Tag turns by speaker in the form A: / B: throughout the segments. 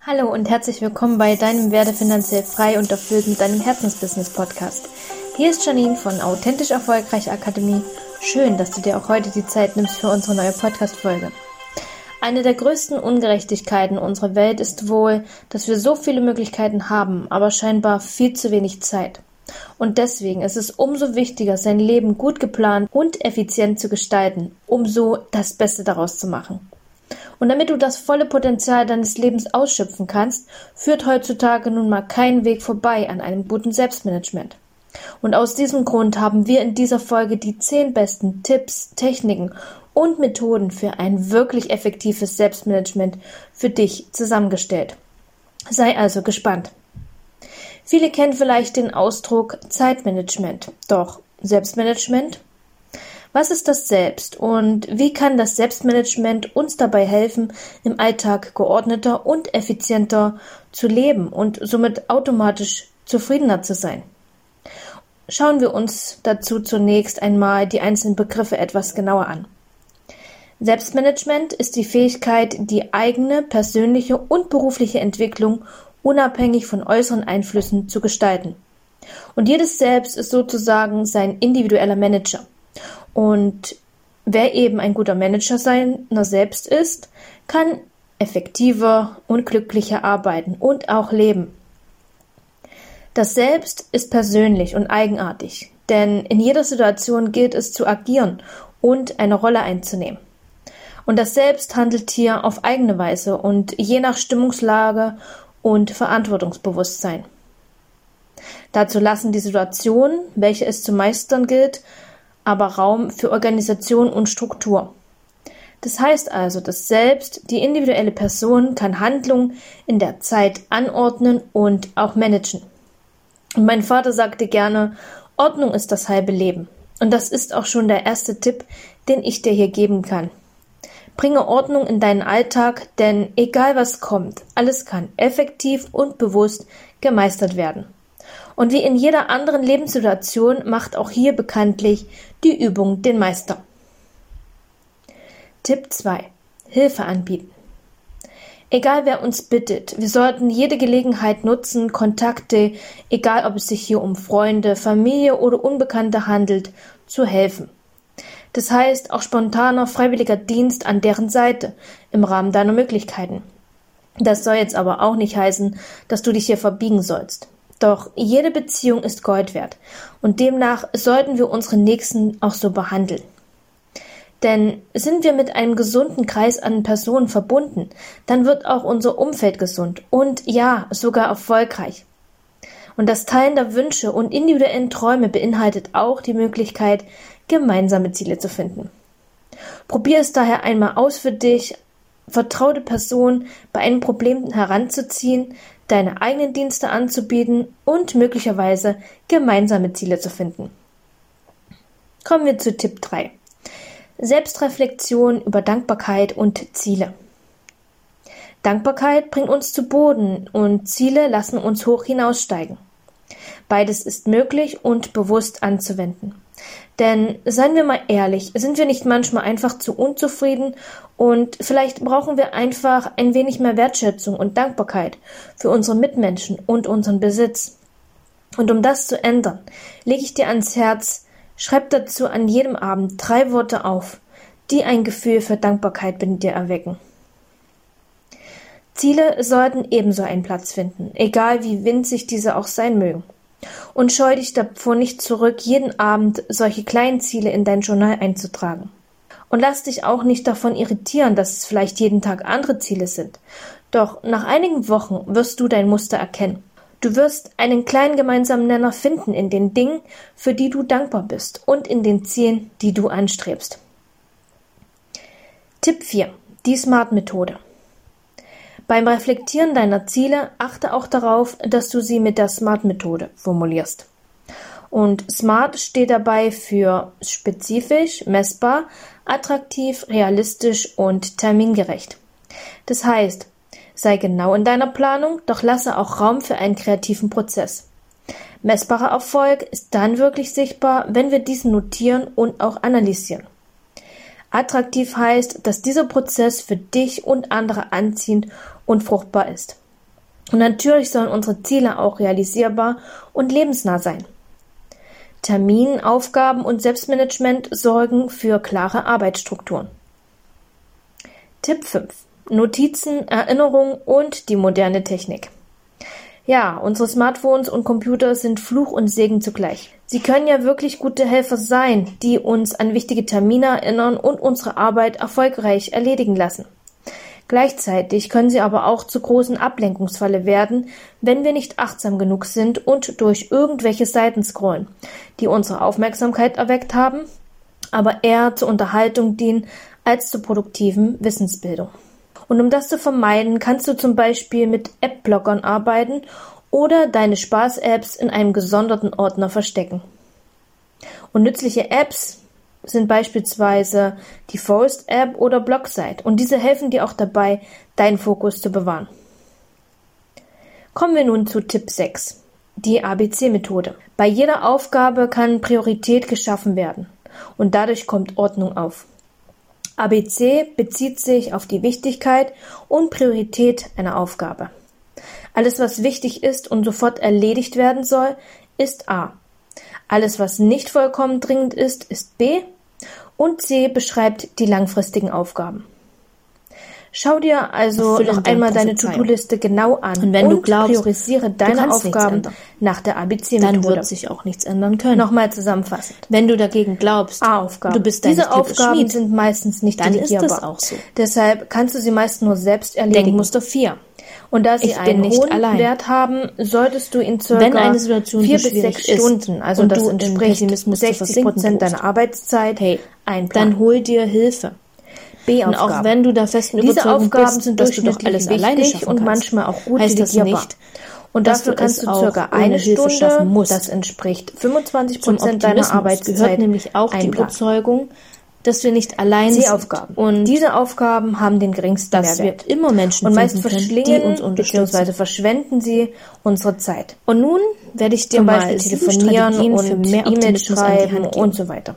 A: Hallo und herzlich willkommen bei deinem Werde finanziell frei und erfüllt mit deinem Herzensbusiness Podcast. Hier ist Janine von Authentisch Erfolgreich Akademie. Schön, dass du dir auch heute die Zeit nimmst für unsere neue Podcast Folge. Eine der größten Ungerechtigkeiten unserer Welt ist wohl, dass wir so viele Möglichkeiten haben, aber scheinbar viel zu wenig Zeit. Und deswegen ist es umso wichtiger, sein Leben gut geplant und effizient zu gestalten, um so das Beste daraus zu machen. Und damit du das volle Potenzial deines Lebens ausschöpfen kannst, führt heutzutage nun mal kein Weg vorbei an einem guten Selbstmanagement. Und aus diesem Grund haben wir in dieser Folge die zehn besten Tipps, Techniken und Methoden für ein wirklich effektives Selbstmanagement für dich zusammengestellt. Sei also gespannt. Viele kennen vielleicht den Ausdruck Zeitmanagement. Doch Selbstmanagement? Was ist das Selbst und wie kann das Selbstmanagement uns dabei helfen, im Alltag geordneter und effizienter zu leben und somit automatisch zufriedener zu sein? Schauen wir uns dazu zunächst einmal die einzelnen Begriffe etwas genauer an. Selbstmanagement ist die Fähigkeit, die eigene persönliche und berufliche Entwicklung unabhängig von äußeren Einflüssen zu gestalten. Und jedes Selbst ist sozusagen sein individueller Manager. Und wer eben ein guter Manager seiner selbst ist, kann effektiver und glücklicher arbeiten und auch leben. Das Selbst ist persönlich und eigenartig, denn in jeder Situation gilt es zu agieren und eine Rolle einzunehmen. Und das Selbst handelt hier auf eigene Weise und je nach Stimmungslage und Verantwortungsbewusstsein. Dazu lassen die Situationen, welche es zu meistern gilt, aber Raum für Organisation und Struktur. Das heißt also, dass selbst die individuelle Person kann Handlungen in der Zeit anordnen und auch managen. Und mein Vater sagte gerne, Ordnung ist das halbe Leben. Und das ist auch schon der erste Tipp, den ich dir hier geben kann. Bringe Ordnung in deinen Alltag, denn egal was kommt, alles kann effektiv und bewusst gemeistert werden. Und wie in jeder anderen Lebenssituation macht auch hier bekanntlich die Übung den Meister. Tipp 2. Hilfe anbieten. Egal wer uns bittet, wir sollten jede Gelegenheit nutzen, Kontakte, egal ob es sich hier um Freunde, Familie oder Unbekannte handelt, zu helfen. Das heißt auch spontaner, freiwilliger Dienst an deren Seite im Rahmen deiner Möglichkeiten. Das soll jetzt aber auch nicht heißen, dass du dich hier verbiegen sollst. Doch jede Beziehung ist Gold wert und demnach sollten wir unsere Nächsten auch so behandeln. Denn sind wir mit einem gesunden Kreis an Personen verbunden, dann wird auch unser Umfeld gesund und ja, sogar erfolgreich. Und das Teilen der Wünsche und individuellen Träume beinhaltet auch die Möglichkeit, gemeinsame Ziele zu finden. Probier es daher einmal aus für dich, vertraute Personen bei einem Problem heranzuziehen, deine eigenen Dienste anzubieten und möglicherweise gemeinsame Ziele zu finden. Kommen wir zu Tipp 3. Selbstreflexion über Dankbarkeit und Ziele. Dankbarkeit bringt uns zu Boden und Ziele lassen uns hoch hinaussteigen. Beides ist möglich und bewusst anzuwenden. Denn seien wir mal ehrlich, sind wir nicht manchmal einfach zu unzufrieden und vielleicht brauchen wir einfach ein wenig mehr Wertschätzung und Dankbarkeit für unsere Mitmenschen und unseren Besitz. Und um das zu ändern, lege ich dir ans Herz, schreib dazu an jedem Abend drei Worte auf, die ein Gefühl für Dankbarkeit in dir erwecken. Ziele sollten ebenso einen Platz finden, egal wie winzig diese auch sein mögen und scheu dich davor nicht zurück, jeden Abend solche kleinen Ziele in dein Journal einzutragen. Und lass dich auch nicht davon irritieren, dass es vielleicht jeden Tag andere Ziele sind. Doch nach einigen Wochen wirst du dein Muster erkennen. Du wirst einen kleinen gemeinsamen Nenner finden in den Dingen, für die du dankbar bist und in den Zielen, die du anstrebst. Tipp 4. Die Smart Methode. Beim Reflektieren deiner Ziele achte auch darauf, dass du sie mit der SMART-Methode formulierst. Und SMART steht dabei für spezifisch, messbar, attraktiv, realistisch und termingerecht. Das heißt, sei genau in deiner Planung, doch lasse auch Raum für einen kreativen Prozess. Messbarer Erfolg ist dann wirklich sichtbar, wenn wir diesen notieren und auch analysieren. Attraktiv heißt, dass dieser Prozess für dich und andere anziehend und fruchtbar ist. Und natürlich sollen unsere Ziele auch realisierbar und lebensnah sein. Termin, Aufgaben und Selbstmanagement sorgen für klare Arbeitsstrukturen. Tipp 5. Notizen, Erinnerung und die moderne Technik. Ja, unsere Smartphones und Computer sind Fluch und Segen zugleich. Sie können ja wirklich gute Helfer sein, die uns an wichtige Termine erinnern und unsere Arbeit erfolgreich erledigen lassen. Gleichzeitig können sie aber auch zu großen Ablenkungsfalle werden, wenn wir nicht achtsam genug sind und durch irgendwelche Seiten scrollen, die unsere Aufmerksamkeit erweckt haben, aber eher zur Unterhaltung dienen als zur produktiven Wissensbildung. Und um das zu vermeiden, kannst du zum Beispiel mit App-Blockern arbeiten oder deine Spaß-Apps in einem gesonderten Ordner verstecken. Und nützliche Apps, sind beispielsweise die Forest App oder Blogsite und diese helfen dir auch dabei, deinen Fokus zu bewahren. Kommen wir nun zu Tipp 6, die ABC-Methode. Bei jeder Aufgabe kann Priorität geschaffen werden und dadurch kommt Ordnung auf. ABC bezieht sich auf die Wichtigkeit und Priorität einer Aufgabe. Alles, was wichtig ist und sofort erledigt werden soll, ist A. Alles, was nicht vollkommen dringend ist, ist B und C beschreibt die langfristigen Aufgaben. Schau dir also noch einmal deine To-Do-Liste genau an
B: Und wenn du glaubst,
A: priorisiere deine
B: kannst nichts
A: Aufgaben
B: ändern,
A: nach der ABC-Methode.
B: Dann wird sich auch nichts ändern können.
A: Nochmal zusammenfassend.
B: Wenn du dagegen glaubst,
A: A-Aufgaben.
B: du bist deines
A: Ah, Diese
B: Glückes
A: Aufgaben
B: Schmied,
A: sind meistens nicht
B: dann ist
A: delegierbar.
B: das auch so.
A: Deshalb kannst du sie meist nur selbst erledigen.
B: Denkmuster 4.
A: Und da sie
B: Ich bin
A: einen
B: nicht
A: hohen
B: allein.
A: Wert haben, solltest du in circa
B: Wenn eine Situation
A: vier
B: so
A: bis
B: schwierig
A: sechs
B: ist
A: Stunden, also
B: und
A: das
B: du in
A: entspricht
B: Pessimismus zu
A: 60
B: versinken
A: Prozent
B: drohst,
A: deiner Arbeitszeit,
B: hey,
A: einplanen.
B: Dann hol dir Hilfe. Und
A: B-Aufgaben.
B: auch wenn du der festen
A: Diese
B: Überzeugung
A: Aufgaben
B: bist,
A: sind
B: dass du doch
A: durchschnittlich
B: alles
A: wichtig
B: alleine schaffen
A: und
B: kannst,
A: manchmal auch gut
B: heißt das
A: delegierbar.
B: nicht,
A: und
B: dass
A: dafür
B: du
A: kannst
B: es
A: du
B: auch
A: circa
B: ohne
A: eine
B: Hilfe
A: Stunde,
B: schaffen musst.
A: das entspricht 25
B: Zum
A: Prozent deiner
B: Optimismus gehört
A: Arbeitszeit,
B: nämlich auch die
A: einplanen.
B: Überzeugung, dass wir nicht allein
A: Die
B: sind
A: Aufgaben.
B: und
A: diese Aufgaben haben den geringsten
B: dass wir
A: Mehrwert.
B: immer Menschen
A: Und meist
B: finden können, die uns
A: verschlingen
B: unterstützen.
A: bzw. verschwenden sie unsere Zeit.
B: Und nun werde ich dir
A: Zum
B: mal
A: Beispiel
B: sieben
A: telefonieren
B: Strategien für
A: und
B: mehr
A: E-Mails
B: Optimismus an die
A: schreiben
B: Hand geben.
A: und so weiter.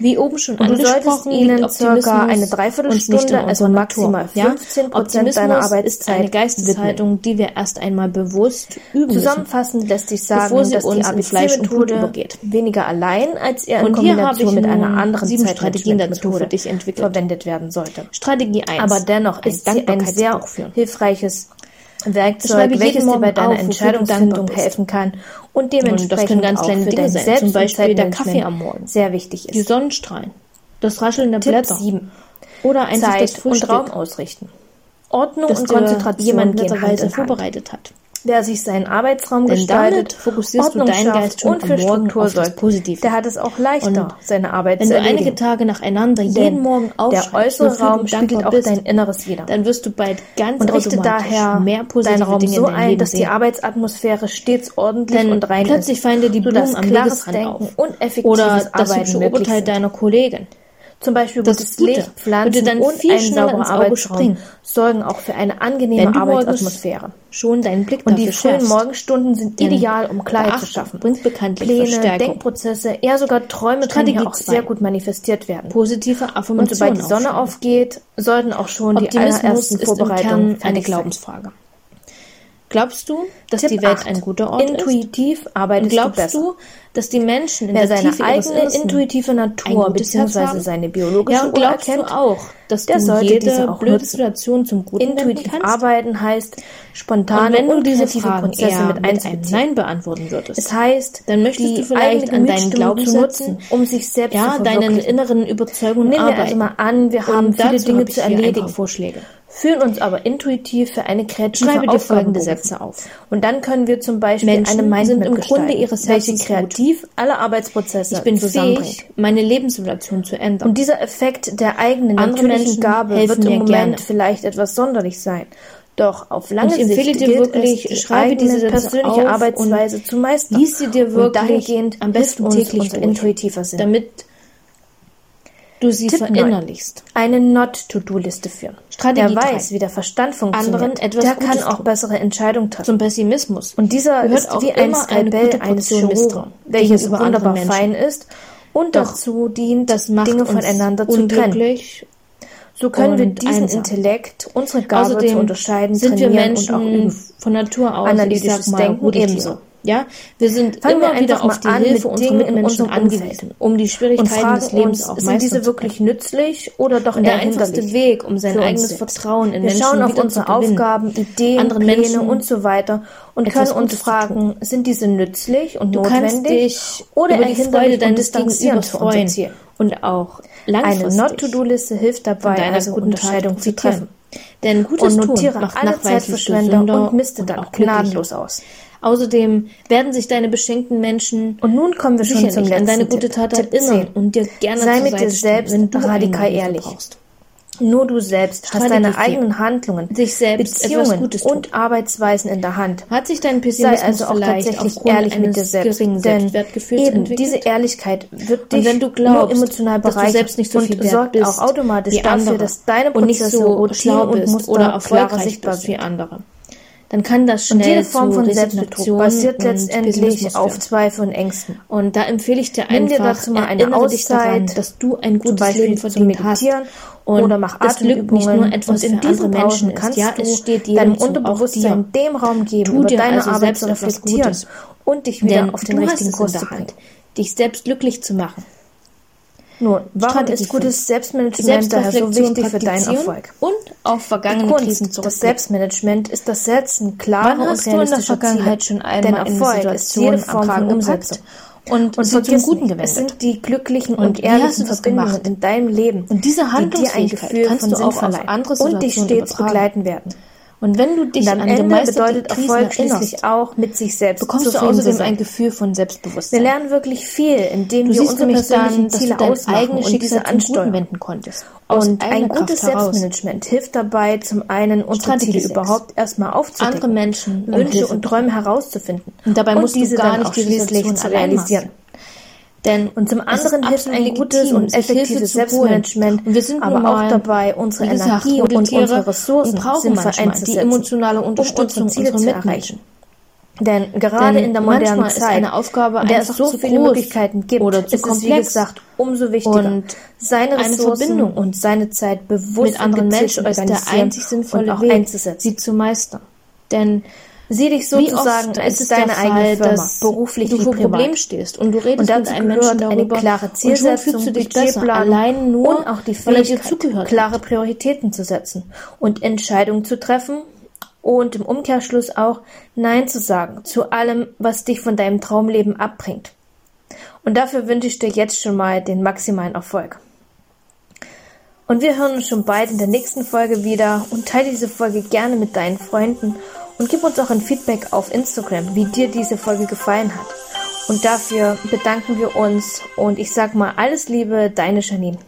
B: Wie oben schon
A: Und du solltest
B: angesprochen,
A: ihnen
B: liegt
A: circa
B: Optimismus
A: eine
B: uns nicht in
A: Dreiviertelstunde, also
B: unserer Natur.
A: maximal 15 Prozent
B: Optimismus
A: deiner
B: ist eine
A: Arbeitszeit widmen.
B: Geisteshaltung, die wir erst einmal bewusst üben müssen.
A: Zusammenfassend lässt sich sagen,
B: bevor sie
A: dass die
B: uns in Fleisch und Blut
A: ABC-Methode
B: übergeht.
A: weniger allein als eher in
B: Und hier habe ich
A: Kombination mit
B: nun
A: einer anderen
B: sieben Strategien dazu
A: Zeitmanagementmethode
B: für dich entwickelt.
A: verwendet werden sollte.
B: Strategie 1.
A: Aber dennoch ist sie ein sehr
B: Dankbarkeitsbuch führen.
A: hilfreiches
B: Schreibe
A: Werkzeug,
B: jeden
A: welches dir bei
B: Morgen
A: deiner
B: auf, wofür du dankbar
A: Entscheidungsfindung
B: bist.
A: helfen kann und
B: Und das
A: dementsprechend
B: können ganz
A: auch
B: kleine
A: für
B: Dinge
A: dein
B: sein, zum
A: Selbst- und
B: Beispiel der
A: Zeitmanagement
B: Kaffee am Morgen.
A: sehr wichtig ist.
B: die Sonnenstrahlen, das Rascheln der
A: Tipp
B: Blätter
A: 7.
B: oder einfach das
A: Zeit und
B: Frühstück,
A: Raum ausrichten. Ordnung
B: das
A: und
B: dir
A: Konzentration
B: jemand
A: gehen Hand
B: netterweise
A: in Hand.
B: vorbereitet hat.
A: Wer sich seinen Arbeitsraum
B: Denn damit
A: gestaltet,
B: fokussierst du
A: Ordnung
B: deinen
A: schafft
B: Geist schon
A: und
B: am
A: für
B: Morgen
A: Struktur
B: auf das
A: sorgt,
B: Positive.
A: der hat es auch leichter,
B: Und
A: seine Arbeit
B: Wenn
A: zu
B: du
A: erledigen.
B: einige Tage nacheinander
A: Denn
B: jeden Morgen
A: der
B: aufschreibst,
A: äußere
B: wofür
A: Raum
B: du dankbar
A: spiegelt auch
B: bist,
A: dein Inneres wider.
B: dann wirst du bald ganz
A: Und richte
B: automatisch
A: daher
B: mehr
A: deinen
B: positive
A: Raum
B: Dinge
A: so
B: in dein
A: ein,
B: Leben
A: dass die
B: sehen.
A: Arbeitsatmosphäre stets ordentlich
B: Denn
A: und rein
B: plötzlich
A: ist,
B: fallen dir die
A: sodass
B: Blumen am
A: klares
B: Wegesrand
A: Denken
B: auf.
A: und effektives
B: Oder das
A: Arbeiten
B: hübsche
A: möglich
B: Oberteil
A: sind.
B: deiner Kollegin.
A: Zum Beispiel
B: Das
A: gutes
B: Gute
A: Licht,
B: würde
A: Pflanzen
B: dann
A: und
B: viel
A: ein
B: schneller
A: sauberer
B: ins Auge
A: Arbeitsraum
B: springen.
A: sorgen auch für eine angenehme
B: Wenn du morgens
A: Arbeitsatmosphäre.
B: schon deinen Blick
A: Und
B: dafür
A: die frühen
B: schärfst,
A: Morgenstunden sind
B: Denn
A: ideal, um Klarheit zu
B: Beachtung
A: schaffen.
B: bringt bekanntlich
A: Pläne,
B: Verstärkung.
A: Denkprozesse, eher sogar Träume können
B: Strategie
A: hier auch
B: zwei.
A: sehr gut manifestiert werden.
B: positive
A: Und
B: Affirmationen
A: sobald die Sonne
B: aufschreiben.
A: aufgeht, sollten auch schon die
B: Optimismus
A: allerersten
B: ist im
A: Vorbereitungen
B: Kern eine
A: fertig sein.
B: Glaubensfrage. Glaubst du, dass
A: Tipp
B: die Welt
A: 8.
B: ein guter Ort ist?
A: Intuitiv
B: Und
A: arbeitest du
B: glaubst
A: besser.
B: du, dass die Menschen in
A: Wer
B: der
A: seine
B: Tiefe ihres
A: eigene
B: Innersten
A: intuitive Natur
B: ein gutes Herz
A: bzw.
B: haben?
A: seine biologische
B: ja, und
A: Uhr
B: glaubst
A: erkennt,
B: du auch, dass
A: der
B: du
A: sollte diese
B: jede
A: auch
B: blöde
A: nutzen.
B: Situation zum Guten wenden
A: intuitiv
B: kannst?
A: arbeiten heißt
B: und
A: spontane
B: wenn
A: und,
B: du diese
A: kreative
B: Fragen
A: Prozesse
B: eher
A: mit
B: mit einem
A: einzubeziehen.
B: Nein beantworten würdest,
A: Es heißt,
B: dann möchtest
A: die
B: du vielleicht
A: eigene
B: an deinen
A: Gemütsstimmung zu
B: Glaubenssätzen,
A: nutzen, um sich selbst
B: ja,
A: zu
B: deinen
A: verwirklichen.
B: inneren Überzeugungen
A: Nehmen wir
B: arbeiten.
A: also mal an, wir
B: und
A: haben viele
B: dazu
A: Dinge
B: habe ich
A: zu
B: hier ein paar
A: erledigen,
B: Vorschläge.
A: fühlen uns aber intuitiv für eine kreative
B: Schreibe dir folgende
A: Aufgabenbogen.
B: Sätze auf.
A: Und dann können wir zum Beispiel
B: Menschen
A: eine Mindmap
B: sind im
A: gestalten,
B: Grunde ihres
A: welche
B: Herzens
A: kreativ alle Arbeitsprozesse
B: Ich bin
A: zusammenbringt.
B: fähig, meine Lebenssituation zu ändern.
A: Und dieser Effekt der eigenen
B: Andere
A: natürlichen
B: Menschen
A: Gabe
B: helfen
A: wird im
B: mir
A: Moment
B: gerne.
A: vielleicht etwas sonderlich sein. Doch auf lange
B: Und ich empfehle
A: Sicht
B: dir
A: gilt
B: wirklich,
A: es, die
B: schreibe
A: eigene
B: diese Sätze
A: persönliche
B: auf
A: Arbeitsweise zu meistern.
B: lies sie dir
A: und
B: wirklich
A: dahingehend
B: am besten
A: hilft uns
B: täglich
A: unser
B: durch,
A: intuitiver Sinn.
B: damit du sie
A: Tipp neun.
B: verinnerlichst.
A: eine Not-to-Do-Liste führen.
B: Strategie
A: Wer weiß,
B: drei.
A: wie der Verstand funktioniert,
B: Anderen etwas
A: der
B: Gutes
A: kann auch
B: tun.
A: besser Entscheidungen treffen.
B: Zum Pessimismus.
A: Und dieser
B: gehört
A: ist
B: auch
A: wie ein
B: immer eine
A: Skalpell
B: gute
A: eines
B: Portion
A: Chirurgen,
B: Misstrauen
A: welches
B: gegenüber anderen
A: wunderbar
B: Menschen.
A: fein ist und
B: Doch
A: dazu dient,
B: Das macht
A: Dinge
B: uns
A: voneinander zu trennen.
B: unglücklich
A: So können wir
B: und
A: diesen
B: einsam.
A: Intellekt, unsere Gabe zu
B: Außerdem
A: unterscheiden,
B: sind wir
A: trainieren
B: Menschen
A: und auch üben.
B: von Natur aus
A: Analytisches
B: ich sag mal,
A: Denken
B: gute Tiere.
A: ebenso.
B: Ja, wir sind
A: Fangen wir
B: immer wieder
A: einfach
B: auf
A: mal
B: die
A: an
B: Hilfe
A: mit
B: unserer
A: Dingen in
B: Mitmenschen
A: unserem Umfeld.
B: angewiesen, um die
A: Und
B: Schwierigkeiten des
A: fragen
B: Lebens
A: uns,
B: auch
A: sind diese
B: meistern zu
A: wirklich nützlich oder doch
B: Und der
A: eher
B: einfachste
A: hinderlich?
B: Weg, um sein
A: für uns
B: eigenes
A: selbst.
B: Vertrauen in
A: Wir
B: Menschen
A: schauen auf
B: wieder
A: unsere
B: zu gewinnen,
A: Aufgaben, Ideen,
B: anderen
A: Pläne
B: Menschen
A: und so weiter und
B: etwas
A: können uns
B: Gutes zu
A: fragen, sind diese nützlich und
B: Du kannst
A: notwendig
B: dich
A: oder um
B: über die Freude
A: erhinderlich und
B: deines
A: distanzierend
B: Gegenübers
A: für unser
B: freuen
A: Ziel?
B: und auch
A: Eine
B: langfristig
A: Not-to-Do-Liste hilft
B: von
A: dabei,
B: deiner
A: also
B: guten Tat
A: Unterscheidung zu treffen.
B: profitieren. Denn gutes
A: Und
B: Tun
A: notiere
B: macht
A: alle
B: nachweislich
A: Zeitverschwender
B: gesünder
A: und misste dann
B: auch glücklicher.
A: gnadenlos aus.
B: Außerdem werden sich deine beschenkten Menschen
A: Und nun kommen wir schon
B: sicherlich
A: zum
B: an
A: letzten
B: deine gute
A: Tipp.
B: Tat
A: Tipp 10.
B: erinnern und dir gerne
A: Sei
B: zur
A: mit dir
B: Seite stehen,
A: selbst
B: wenn du
A: radikal
B: Einladung
A: ehrlich.
B: brauchst.
A: Nur du selbst hast
B: Strategie
A: deine
B: vier.
A: eigenen Handlungen,
B: Sich selbst etwas
A: Beziehungen
B: Gutes tun.
A: und Arbeitsweisen in der Hand.
B: Hat sich dein
A: Sei
B: Pessimismus
A: also auch
B: vielleicht
A: tatsächlich
B: aufgrund
A: ehrlich mit
B: eines
A: dir selbst,
B: geringen
A: denn
B: Selbstwertgefühls
A: eben
B: entwickelt?
A: diese Ehrlichkeit wird dich
B: Und wenn du
A: nur
B: glaubst,
A: emotional
B: dass du
A: bereichern
B: selbst nicht so
A: und
B: viel wert
A: sorgt
B: bist
A: auch automatisch
B: wie
A: dafür,
B: andere
A: dass deine
B: und nicht
A: Prozesse,
B: so
A: Routinen
B: schlau
A: und
B: bist
A: Muster
B: oder
A: klarer
B: erfolgreich
A: sichtbar
B: bist
A: sind.
B: wie andere, dann kann das
A: und
B: schnell
A: jede Form
B: zu
A: von
B: Resignation
A: Selbstbetrug basiert
B: und
A: letztendlich
B: Pessimismus
A: auf
B: führen.
A: Zweifeln und Ängsten.
B: Und da empfehle ich dir
A: Nimm dir
B: einfach,
A: dazu mal eine
B: erinnere dich daran,
A: Auszeit,
B: dass du ein
A: zum
B: gutes
A: Beispiel
B: Leben
A: zu
B: verdient hast.
A: meditieren
B: Und
A: oder mach
B: das Glück nicht
A: Atemübungen.
B: nur etwas
A: und in
B: für
A: diesen
B: andere Menschen
A: Pausen
B: ist.
A: kannst
B: Ja, es
A: du
B: steht jedem
A: deinem
B: zu, auch dir.
A: Unterbewusstsein dem Raum geben,
B: Tu
A: über
B: dir
A: deine
B: also
A: Arbeit
B: selbst
A: zu
B: etwas
A: reflektieren
B: Gutes.
A: und dich wieder
B: Denn
A: auf den
B: du hast
A: richtigen
B: es in
A: Kurs zu
B: der
A: bringen.
B: Hand, dich selbst glücklich zu machen.
A: Nun, warum
B: Strategie
A: ist gutes Selbstmanagement daher so
B: Selbstreflexion
A: wichtig für deinen
B: praktizieren
A: Erfolg?
B: und auf
A: Die
B: vergangene Krisen
A: Kunst des
B: zurückblicken.
A: Selbstmanagement ist das Setzen
B: Wann
A: klarer und
B: hast du in der
A: realistischer Ziele.
B: Vergangenheit schon
A: Denn
B: einmal in
A: Erfolg
B: eine
A: ist jede
B: Situation am
A: Form
B: Kragen
A: von Umsetzung.
B: gepackt und,
A: Und
B: sie zum
A: vergiss
B: Guten
A: nicht, es
B: gewendet?
A: sind die glücklichen
B: Und
A: und,
B: wie hast du
A: ehrlichen
B: das
A: Verbindungen
B: gemacht?
A: in deinem Leben,
B: Und diese
A: die dir ein
B: Handlungsfähigkeit
A: Gefühl
B: kannst
A: von
B: du
A: Sinn
B: auch auf
A: verleihen
B: andere
A: und dich
B: Situationen
A: stets
B: übertragen.
A: begleiten werden.
B: Und wenn du dich
A: Und am
B: an
A: Ende
B: gemeisterte
A: bedeutet
B: Krisen
A: Erfolg schließlich
B: erinnerst,
A: auch, mit sich selbst
B: bekommst du
A: zufrieden zu
B: außerdem
A: sein.
B: ein Gefühl von
A: Wir
B: Selbstbewusstsein.
A: lernen wirklich viel, indem
B: Du
A: wir
B: siehst
A: unsere
B: nämlich dann,
A: persönlichen
B: dass du
A: Ziele
B: dein
A: ausmachen
B: eigenes
A: und diese
B: Schicksal zum Guten
A: ansteuern.
B: wenden konntest. Aus
A: Und ein
B: eigener
A: gutes
B: Kraft heraus.
A: Selbstmanagement hilft dabei, zum einen unsere
B: Strategie
A: Ziele
B: sechs.
A: überhaupt erstmal
B: Andere
A: aufzudecken,
B: Menschen um
A: Wünsche
B: Hilfe
A: und Träume herauszufinden
B: Und dabei musst du
A: diese
B: gar
A: dann
B: nicht
A: auch
B: die
A: schließlich
B: Situation
A: zu
B: allein
A: realisieren.
B: machen. Denn
A: Und zum
B: es ist
A: anderen hilft
B: absolut
A: ein gutes
B: legitim,
A: und
B: sich Hilfe
A: effektives
B: zu holen.
A: Selbstmanagement,
B: Und wir sind nun
A: aber
B: mal,
A: auch dabei, unsere
B: wie gesagt,
A: Energie und
B: rote Tiere
A: unsere Ressourcen
B: und brauchen
A: sinnvoll
B: manchmal die
A: einzusetzen,
B: emotionale
A: um unsere
B: Unterstützung
A: Ziele
B: unserer
A: zu
B: Mitmenschen.
A: erreichen. Denn gerade
B: Denn
A: in der
B: manchmal
A: modernen
B: ist
A: Zeit,
B: eine Aufgabe
A: in der es
B: einfach
A: so
B: zu
A: viele
B: groß
A: Möglichkeiten gibt,
B: oder zu
A: ist es, wie
B: komplex.
A: gesagt, umso wichtiger,
B: Und
A: seine
B: eine
A: Ressourcen
B: Verbindung
A: und seine Zeit bewusst
B: mit anderen
A: und
B: Menschen
A: gezielt
B: ist der
A: organisieren
B: einzig sinnvolle
A: und auch
B: Weg,
A: einzusetzen.
B: sie zu meistern. Denn
A: Sieh dich
B: wie
A: sozusagen
B: oft ist
A: als
B: es deine
A: deine
B: der Fall,
A: eigene Firma,
B: dass
A: beruflich
B: du
A: wie
B: vor
A: privat.
B: Problemen stehst und du redest
A: Und
B: mit
A: dazu
B: einem Menschen
A: gehört eine
B: darüber
A: klare
B: und schon fühlst du
A: Zielsetzung,
B: dich besser,
A: Budgetplan
B: allein nur,
A: und auch die
B: weil er dir
A: Fähigkeit,
B: zugehört
A: klare Prioritäten zu setzen und Entscheidungen zu treffen und im Umkehrschluss auch Nein zu sagen zu allem, was dich von deinem Traumleben abbringt. Und dafür wünsche ich dir jetzt schon mal den maximalen Erfolg. Und wir hören uns schon bald in der nächsten Folge wieder und teile diese Folge gerne mit deinen Freunden und gib uns auch ein Feedback auf Instagram, wie dir diese Folge gefallen hat. Und dafür bedanken wir uns und ich sag mal alles Liebe, deine Janine.